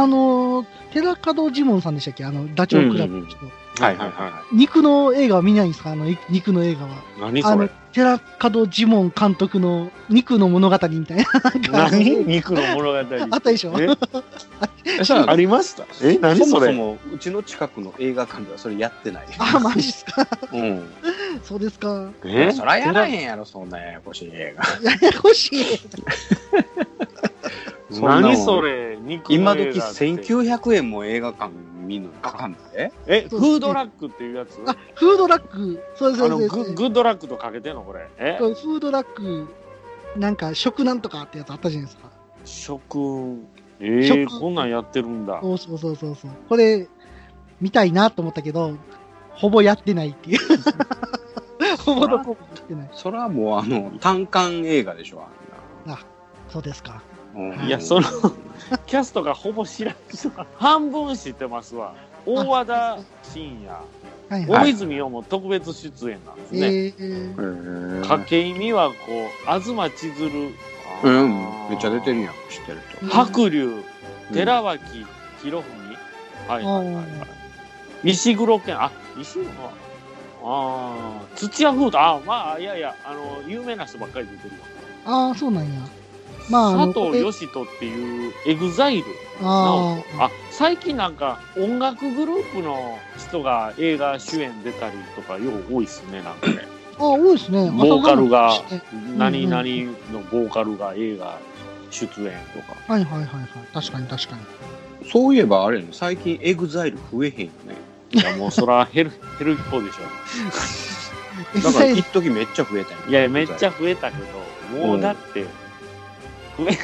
あのー、寺門ジモンさんでしたっけあの、ダチョウ倶楽部の人。
はいはいは
肉の映画は見ないんですかあの、い肉の映画は。
何
あ
そ
の
れ、
寺門ジモン監督の肉の物語みたいな。なんか
何肉の物語。
あったでしょ
え
いえさ
ありましたえ何
そも
それ
そもうちの近くの映画館ではそれやってない
あ、マジっすか
うん
そうですか。
え
そらやらへんやろ、そんなややこしい映画。
ややこしい。
そんなもん
何それ肉の
今
映
時
画って
1900円も映画館見るのかかんで
え、フードラックっていうやつ
あ、フードラック。そうです
あ
そ
の
うで
グ
すそうです。
グッドラックとかけてんのこれえ
これフードラック、なんか食なんとかってやつあったじゃないですか。
食ええ
食
こんなんやってるんだ
そうそうそうそうそう。これ、見たいなと思ったけど、ほぼやってないって いう。ほぼどこもやってない。
それはもうあの、単館映画でしょ、
そうです
あん
か。
な。
いやそのキャストがほぼ知らん人が半分知ってますわ大和田信也
はいはい。
大泉洋も特別出演なんです
え
ね、
ーえー
うん
筧美和子東千鶴
うん、めっちゃ出てるやん、知ってると。
白龍
うん
寺脇博文、はいはいはい、はい
あ、
石黒賢あ石黒ああ土屋風太あまあいやいやあの有名な人ばっかり出てるわ
ああ、そうなんや。まあ、あの、
佐藤義人っていうエグザイル
ああ、
あ最近なんか音楽グループの人が映画主演出たりとかよう多いっすねなんかね
あ、多いですね。
ボーカルが
朝顔ですね
何々のボーカルが映画出演とか
はいはいはいはい。確かに確かに。
そういえばあれやね、最近エグザイル増えへんよね。
いやもうそら減る 減る一方でし
エ
だ
グ
か
ザ
ら、
イル
一時めっちゃ増えた
ょいやめっち
ゃ。
ゃ増えたけどもうだって増え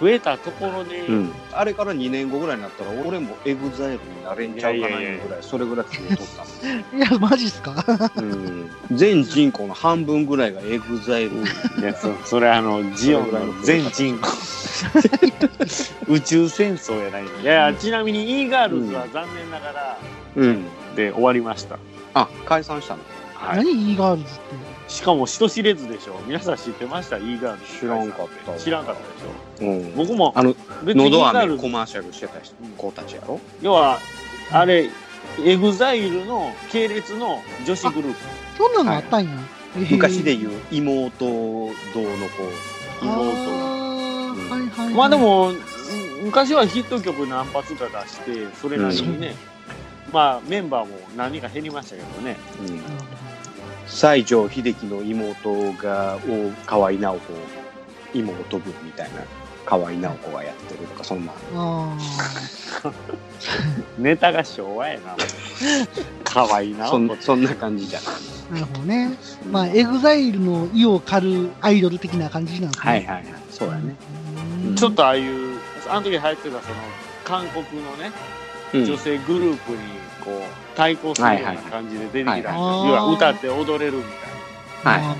増えたところで、
うん、あれから2年後ぐらいになったら俺もエグザイルになれんちゃうかなぐらい
いやいやい
それぐらい増えとったもん
いや、マジっすか。
うん全人口の半分ぐらいがエグザイル。
いやそそれあのジオンの全人 口宇宙戦争やないのいやちなみに e ガールズは残念ながら、
うん。
で終わりました
あ、解散したの
はい
何 E ガールズって。
しかも人知れずでしょ皆さん知ってました e ガールズ
知らんかったわ
知らんかったでしょ
うん。
僕も
あの、
別に e
喉
ガー
飴
ルズ
コマーシャルしてた人子たちやろ
要はあれエグザイルの系列の女子グループ
そんなのあったんや。
昔で
う。
言う妹堂の子。
ああ、はいはいはい。
まあで、もうん昔はヒット曲何発か出してそれなりにね、まあメンバーも何人か減りましたけどね
うん西城秀樹の妹がお河合直子妹分みたいな河合直子がやってるとかそんな
あ
ネタが昭和や な可愛いな
そんそんな感じじゃない
あ、なるほどね。まあ、エグザイルの意を狩るアイドル的な感じなんですね。
はいはいはいそうやね、
うん。
ちょっとああいうあの時流行ってたその韓国のね
うん
女性グループにこう対抗するような感じで出てきたんですよ
はい
要
はいはい
は歌って踊れるみ
はい
まあ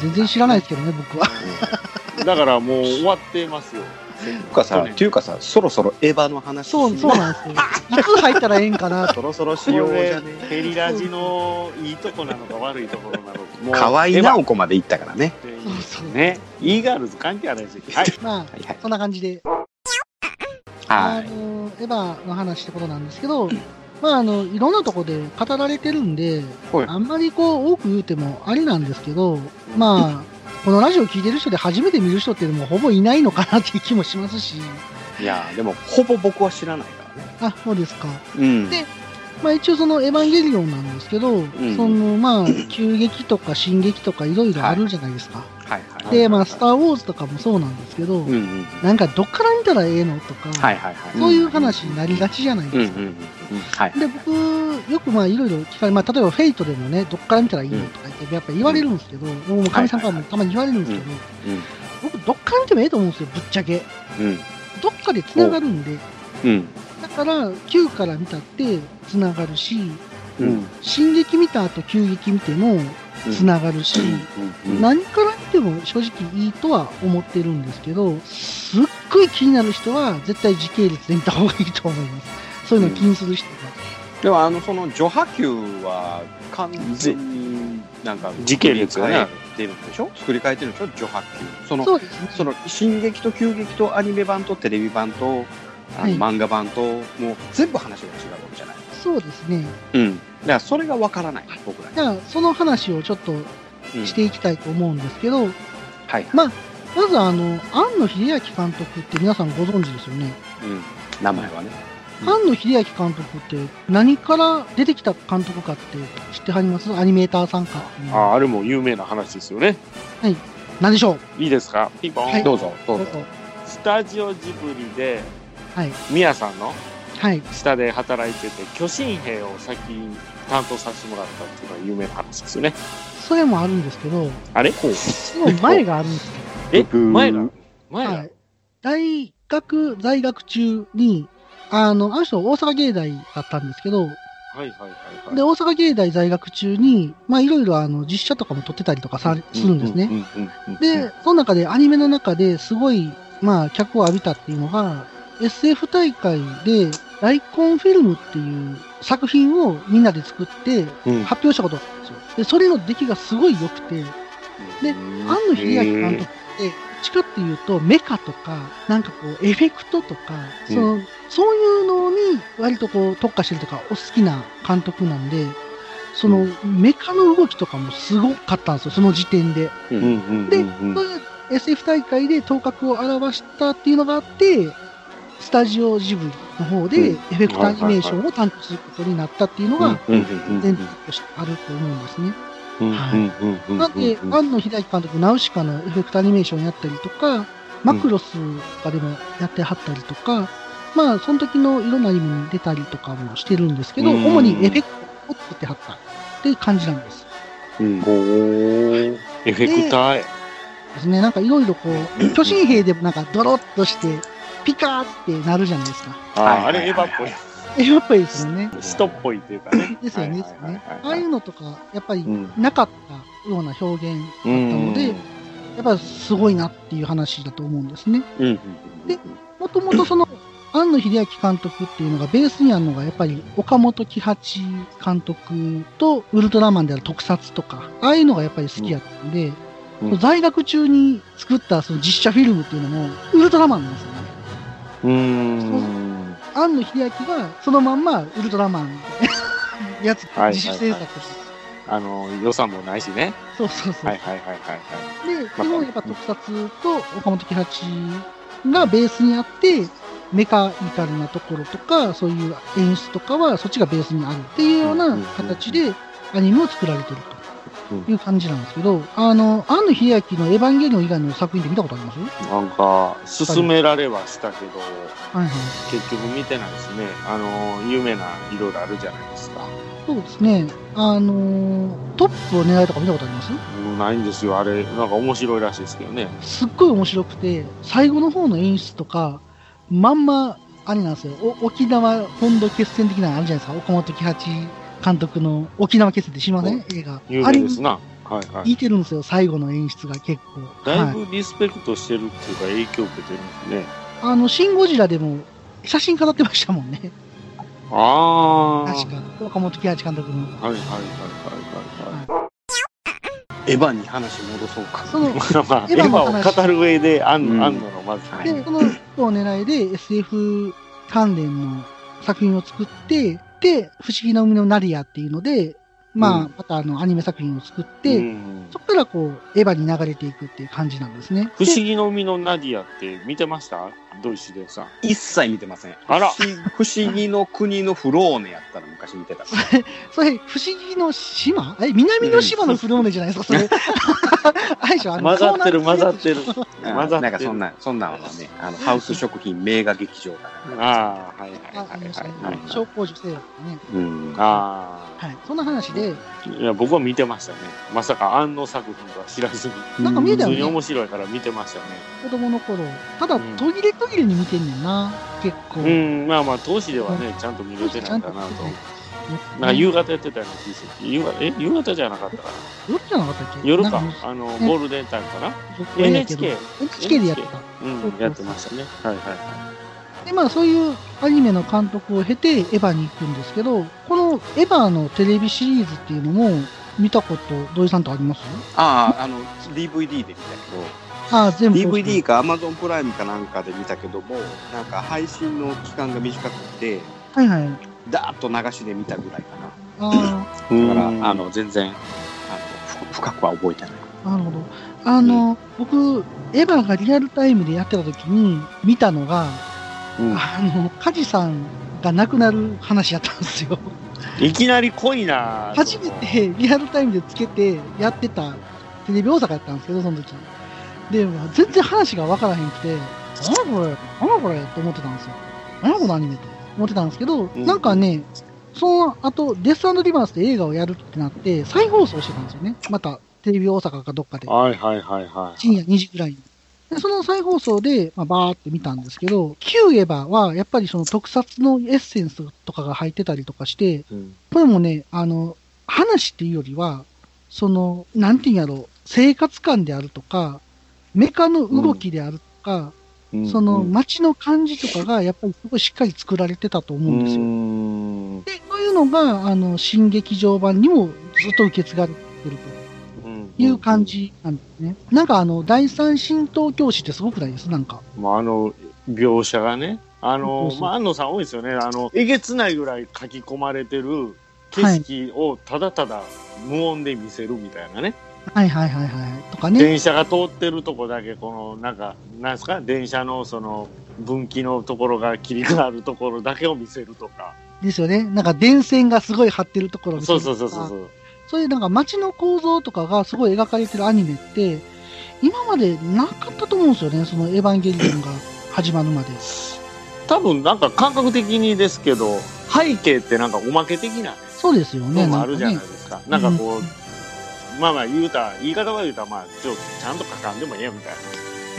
全然知らないですけどね、僕 は。
たいなだからもう終わってますよ
ていうかさ
去年
ていうかさそろそろエヴァの話
そう、そうなんですよ。いつ入ったらええんかなと。
そろそろし
こ
ようじ
れ
ゃね
ペリラジのいいとこなのか悪いところなのかもう
河合
エヴァ
直子まで行ったからね
ってい
そうそう
うね e ガールズ関係あるしはい
まあ、
はいはい
そんな感じで、
は
あ
い
の、エヴァの話ってことなんですけど、まあ、あの、いろんなとこで語られてるんで、
はい
あんまりこう、多く言うてもありなんですけど、まあ、このラジオ聞いてる人で初めて見る人っていうのもほぼいないのかなっていう気もしますし、
いやーでもほぼ僕は知らないからね
あ、そうですか。
うん
でまあ一応そのエヴァンゲリオンなんですけど、
ん
そのまあ、急激とか進撃とかいろいろあるじゃないですか。
はいはいはい
で、まあ、スター・ウォーズとかもそうなんですけど、
うんうんうん
なんかどっから見たらええのとか、
はいはいはい
そういう話になりがちじゃない
うんう
で
ん
すか。
うんうんはい
で、僕、よくまあいろいろ聞かれ、まあ例えばフェイトでもね、どっから見たらいいのとか言って、やっぱ言われるんですけど、もう神さんからもたまに言われるんですけど、僕、どっから見てもええと思うんですよ、ぶっちゃけ。
うん
どっかで繋がるんで、
うん
だから、9から見たって繋がるし、
うん
進撃見た後、急激見ても繋がるし、
うん
何から見ても正直いいとは思ってるんですけど、すっごい気になる人は絶対時系列で見た方がいいと思います。そういうの気にする人
でもあのその序波球は完全になんか
時系列がね
作り変えてるんでしょ作り変えてるんでしょ序波球そ
が。
の
そうですね。
その進撃と急激とアニメ版とテレビ版とあの
はい
漫画版ともう全部話が違うわけじゃない、
そうですね。
うん、だからそれがわからない僕らに
じゃあ、その話をちょっと
うん
していきたいと思うんですけど、
はい、
まずあの、庵野秀明監督って皆さんご存知ですよね。
うん、名前はねうん
庵野秀明監督って何から出てきた監督かって知ってはりますアニメーターさんか。
ああれも有名な話ですよね
何でしょう
いいですかピンポン、
はい
どうぞどう
どう
ぞ
ぞ
スタジオジブリで
はい。
ミヤさんの
はい。
下で働いてて巨神兵を先に担当させてもらったっていうのが有名な話ですよね
それもあるんですけど、
あれ
その前があるんですよ。
え
ブー
前だ前だ、
はい、大学在学中にあのあの人大阪芸大だったんですけど
はいはいはいはい。
で、大阪芸大在学中に、まあ、いろいろあの、実写とかも撮ってたりとかさ、するんですね。
うんうんうんうん。
で、その中で、アニメの中ですごい、まあ、脚を浴びたっていうのが、SF 大会で、ライコンフィルムっていう作品をみんなで作って、
うん、
発表したことがあるんですよ。で、それの出来がすごい良くて、で
うん
庵野秀明監督って、どっちかっていうと、メカとか、なんかこう、エフェクトとか、その、そういうのに割とこう、特化してるとか、お好きな監督なんで、その、メカの動きとかもすごかったんですよ、その時点で。
うんうん
で
うん
そういう SF 大会で頭角を現したっていうのがあって、スタジオジブリの方
う
でエ
ん
フェクトアニメーションを担当することになったっていうのが、
うんうん
前提としてあると思うんですね。
うんうんうん
なんで、
うん
庵野秀明監督、ナウシカのエフェクトアニメーションやったりとか、マクロスとかでもやってはったりとか、まあ、その時のいろんなアニメに出たりとかもしてるんですけど、
うん
主にエフェクトを作ってはったっていう感じなんです。
うん
ほーエフェクター。
ですね。なんかいろいろこう、巨神兵でもなんかドロッとして、ピカーってなるじゃないですか。
あ
はい
ーあれエヴァっぽい。
え、やっぱりですよね。
人っぽいっていうかね。
ですよね。で
は
す
い
よ
はいはいはい
ね。ああいうのとか、やっぱり
うん
なかったような表現だったので、やっぱすごいなっていう話だと思うんですね。
うん。
でもともとその、庵野秀明監督っていうのがベースにあるのが、やっぱり岡本喜八監督とウルトラマンである特撮とか、ああいうのがやっぱり好きやったん
う
で、
んうん
在学中に作ったその実写フィルムっていうのも、ウルトラマンなんですよね。
うん
庵野秀明がそのまんまウルトラマンみたいな やつ、
はいはいはい
自主制作して、
あの、予算もないしね。
そうそうそう。
はいはいはいはいはい。
で、でもやっぱ特撮と岡本喜八がベースにあって、メカニカルなところとか、そういう演出とかはそっちがベースにあるっていうような形でアニメを作られてるという感じなんですけど、あの、庵野秀明のエヴァンゲリオン以外の作品って見たことありますは
なんか、勧められはしたけど、
いはい。
結局見てないですね。あの、有名ないろいろあるじゃないですか。
そうですね。あのートップを狙いとか見たことあります
もうないんですよ。あれ、なんか面白いらしいですけどね。
すっごい面白くて、最後の方の演出とか、まんま、あれなんですよ。お沖縄本土決戦的なのあるじゃないですか。岡本喜八監督の沖縄決戦って知りません映画。
有
あ
名
れ
です
に
な。はいはい。
似てるんですよ。最後の演出が結構。
だい
はい、
ぶリスペクトしてるっていうか影響を受けてるんですね。
あの、シン・ゴジラでも、写真飾ってましたもんね。
ああ。
確か。岡本喜八監督の。
はいはいはいはいはいは
エヴァに話戻そうか。
その、
い。まあ、エ
エヴ
ヴ
ァの話
ァを語る上で、アン
うん
アンノのまず、
で、この一歩を狙いで SF 関連の作品を作って、で、不思議な海のナリアっていうので、まあ、またあの、アニメ作品を作って、
うん
そこからこう、エヴァに流れていくっていう感じなんですね。
不思議の海のナディアって見てましたドイシデさん。
一切見てません。
あら
不思不思議の国のフローネやったら昔見てた。
それ、不思議の島え、南の島のフローネじゃないですか、それ。 あれでしょ、あの
混ざってる
東南
混
ア
ざっ
ジア
てる。
あ
混ざってる
なんかそんな、そんなのはね、あの、ハウス食品名画劇場かな。
ああ、はいはい
ああ
はい
りましたね
はいはい。
小工女性だったね。
うん。
あ
はい。そんな話で、
あ。いや、僕は見てましたね。まさか安の作品とは知らずに。
なんか見え
普
たよ
通に
ね、
面白いから見てましたね。
子供の頃。ただ
うん、
途切れ途切れに見てんねんな、結構。
うん、まあまあ、当時ではね、ちゃんと見れてないんだなと。なんか夕方やってたような気がする。夕方、え、夕方じゃなかったかな。
夜じゃなかったっけ
夜
な
か
ん。
あの、ゴールデンタイムかな。
僕はやけど
NHK。
NHK でやってた。
うん、やってましたね。はいは
で、まあそういうアニメの監督を経てエヴァに行くんですけど、このエヴァのテレビシリーズっていうのも見たこと、土井さんとあります
ああ、あの、DVD で見たけど、
ああ、全部。
DVD か Amazon プライムかなんかで見たけども、なんか配信の期間が短くて、
はいはい。
ダーッと流しで見たぐらいかな。
あ
い。
だから、あ
の、
の、全然、あの、ふ深くは覚えてない。
あ、なるほど。あの、僕、エヴァがリアルタイムでやってた時に見たのが、
うん
あの、カジさんが亡くなる話やったんですよ。
いきなり濃いなぁ
初めて リアルタイムでつけてやってたテレビ大阪やったんですけど、その時。で、まあ全然話が分からへんくて、なんやこれ、なんやこれと思ってたんですよ。なんやこのアニメと思ってたんですけど、
ん
なんかね、その後、デスリバースで映画をやるってなって、再放送してたんですよね。また、テレビ大阪かどっかで。
はいはいはいはい。
深夜2時ぐらいに。で、その再放送で、まあ、バーって見たんですけど、旧エヴァはやっぱりその特撮のエッセンスとかが入ってたりとかして、
うん
これもね、あの、話っていうよりは、その、なんていうんやろ、生活感であるとか、メカの動きであるとか、
うん
その
うん
街の感じとかがやっぱりすごいしっかり作られてたと思うんですよ。
うん
で、こういうのが、あの、新劇場版にもずっと受け継がれてるという感。じなんですね。なんかあの、第三新東京市ってすごくないですなんか。
まあ、あの、描写がね、あ
そう
の
そ、う
まあ、安野さん多いですよね。あの、えげつないぐらい書き込まれてる景色をただただ無音で見せるみたいなね。
はいはいはいはい。とかね。
電車が通ってるとこだけ、この、なんか、なんですか、電車のその、分岐のところが霧があるところだけを見せるとか。
ですよね。なんか電線がすごい張ってるところ
そうそうそうそう
う。
そう。
そういうなんか街の構造とかがすごい描かれてるアニメって、今までなかったと思うんですよね。そのエヴァンゲリオンが始まるまで。
多分なんか感覚的にですけど、背景ってなんかおまけ的なね
そうですよね。
のも
なん
ある
か
じゃ
ね
ないですか。なんかこう、まあまあ言うた、言い方は言うたら、まあ、ちょちゃんと書かんでもええよみたいな。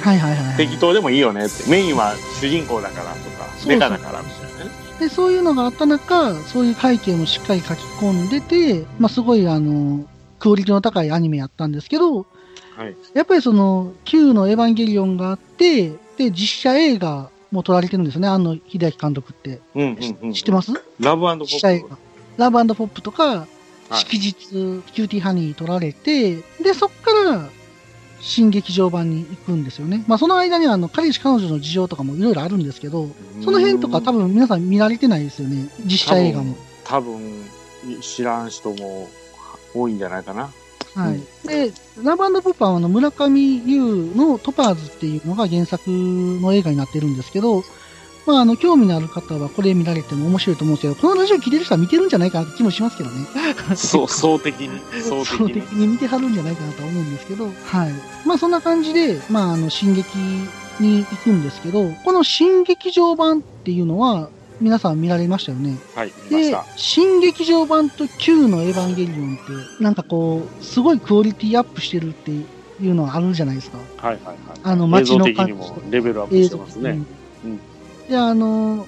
はいはいはいはい。
適当でもいいよねって。メインは主人公だからとか
そう、そう
メカだからみたいなね。
で、そういうのがあった中、そういう背景もしっかり書き込んでて、まあ、すごい、あの、クオリティの高いアニメやったんですけど、
はい
やっぱりその、旧のエヴァンゲリオンがあって、で、実写映画も撮られてるんですよね、あの、秀明監督って。
うんうんうん。
知ってます
ラブポップ。
実写映画。ラブポップとか、
い
式日、キューティーハニー撮られて、で、そっから、新劇場版に行くんですよね。まあ、その間には、あの、彼氏彼女の事情とかもいろいろあるんですけど、その辺とか多分皆さん見られてないですよね、実写映画も。
多分、知らん人も多いんじゃないかな。
はい、で、ラブポップはあの村上優のトパーズっていうのが原作の映画になってるんですけど、まあ、あの興味のある方はこれ見られても面白いと思うんですけど、このラジオ聞いてる人は見てるんじゃないかなって気もしますけどね、
そう、総的に。総
総
的
的
に。
に見てはるんじゃないかなとは思うんですけど、はいまあ、そんな感じで、まあ、あの進撃に行くんですけど、この新劇場版っていうのは、皆さん見られましたよね。
はい、見まし
で
た。、
新劇場版と旧のエヴァンゲリオンって、なんかこう、すごいクオリティアップしてるっていうのはあるじゃないですか。
はいはいはい。
あの、
映
街
像
の
的
感
に
じ
も
とか
レベルアップ
映
して
像
ま
的
すね。
にもで、あの、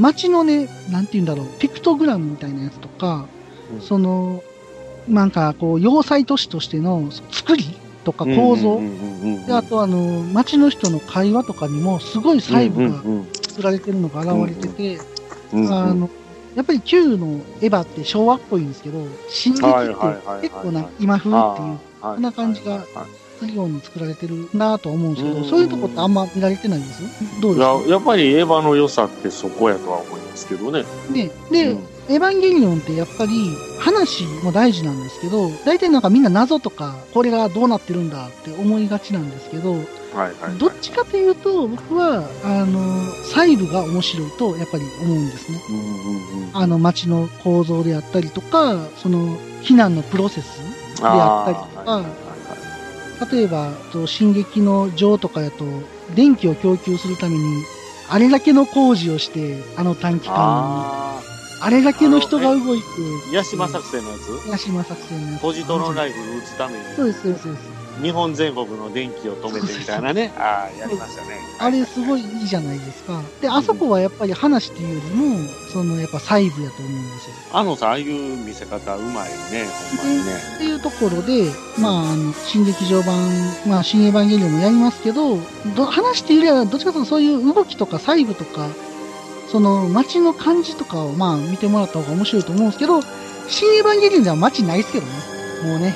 街のね、なんて言うんだろう、ピクトグラムみたいなやつとか、
うん
その、なんかこう、要塞都市としての作りとか構造、
うんうんうんうん
で、あとあの、街の人の会話とかにも、すごい細部が
うん
作られてるのが現れてて、
うんうんうん
あの、やっぱり旧のエヴァって昭和っぽいんですけど、新劇
はい
っ
はいはいはい
て結構な今風っていう、
あーは
そ
い
んな感じが
はいはい
するように作られてるなぁとは思うんですけ
う
ど、
ん
そういうとこってあんま見られてないんですよ。どうで
いややっぱりエヴァの良さってそこやとは思いますけどね。
すかで、で、
うん
エヴァンゲリオンってやっぱり話も大事なんですけど、大体なんかみんな謎とか、これがどうなってるんだって思いがちなんですけど、
はいはいはい。
どっちかというと僕は、あの、細部が面白いとやっぱり思うんですね。
うんうんうん
あの街の構造であったりとか、その避難のプロセスであったりと
あー
か
はいはい、はい
例えば、と進撃の城とかやと、電気を供給するために、あれだけの工事をして、あの短期間に、
あ
あれだけの人が動いて、
ーヤシマ作戦のやつ
八島作戦のやつ
ポジトロンライフル撃つために
そうです、そうです、そうです。
日本全国の電気を止めてみたいなね。ああ、やりましたね。
あれすごいいいじゃないですか。で、あそこはやっぱり話っていうよりも、そのやっぱ細部やと思うんですよ。
あのさん、ああいう見せ方うまいね、ほんまにね。
っていうところで、まあ、あの、新劇場版、まあ、新エヴァンゲリオンもやりますけど、ど話しているよりは、どっちかというとそういう動きとか細部とか、その街の感じとかを、まあ、見てもらった方が面白いと思うんですけど、新エヴァンゲリオンでは街ないですけどね。もうね、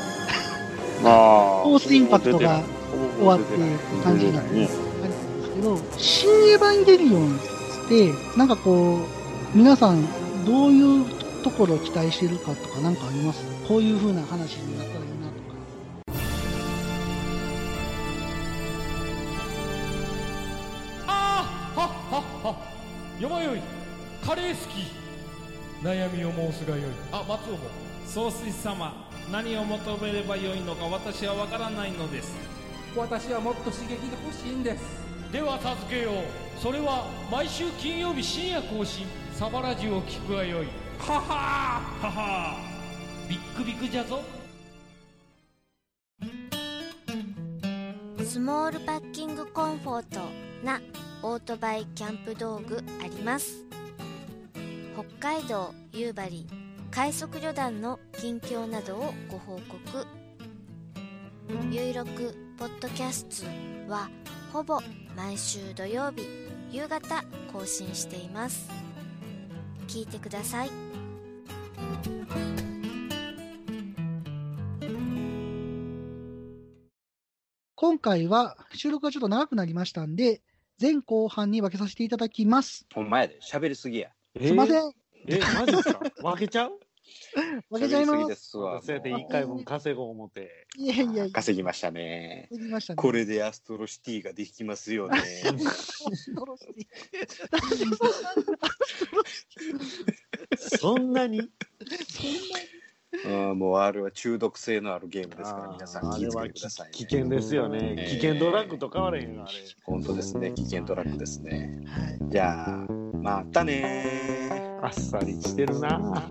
ああ。
コースインパクトが終わって
出ない
感じになって
ね。
あれなんですけど、新エヴァンゲリオンって、なんかこう、皆さん、どういうところを期待してるかとか、なんかありますこういう風な話になったらいいなとか。
あーはっはっは山よいカレー好き悩みを申すがよいあ松尾も
総帥様何を求めればよいのか私は分からないのです
私はもっと刺激が欲しいんですでは助けようそれは毎週金曜日深夜更新サバラジュを聞くがよいははーははービックビックじゃぞ
スモールパッキングコンフォートなオートバイキャンプ道具あります北海道夕張快速旅団の近況などをご報告「ゆいろくポッドキャスト」はほぼ毎週土曜日夕方更新しています聞いてください
今回は収録がちょっと長くなりましたんで、前後半に分けさせていただきます。
ほんまやで、喋りすぎや。
え
すいません。
え、マジですか負けちゃう
分けちゃい
喋り
ま。
ぎですすわ。
そうやって
もう
一回分稼ごう思って。
いやいやいや、
稼ぎましたね。
言いましたね。
これでアストロシティができますよね。
恐ろしい。
そんなに
うん、もうあれは中毒性のあるゲームですから、皆さん
あーあ
気
れ
をつ
は
けてください、ね。
危険ですよね。
えー
危険ドラッグと変われへんよ、あれ。
本当ですね。危険トラックですね。
はい
じゃあ、またねー。
あっさりしてるな。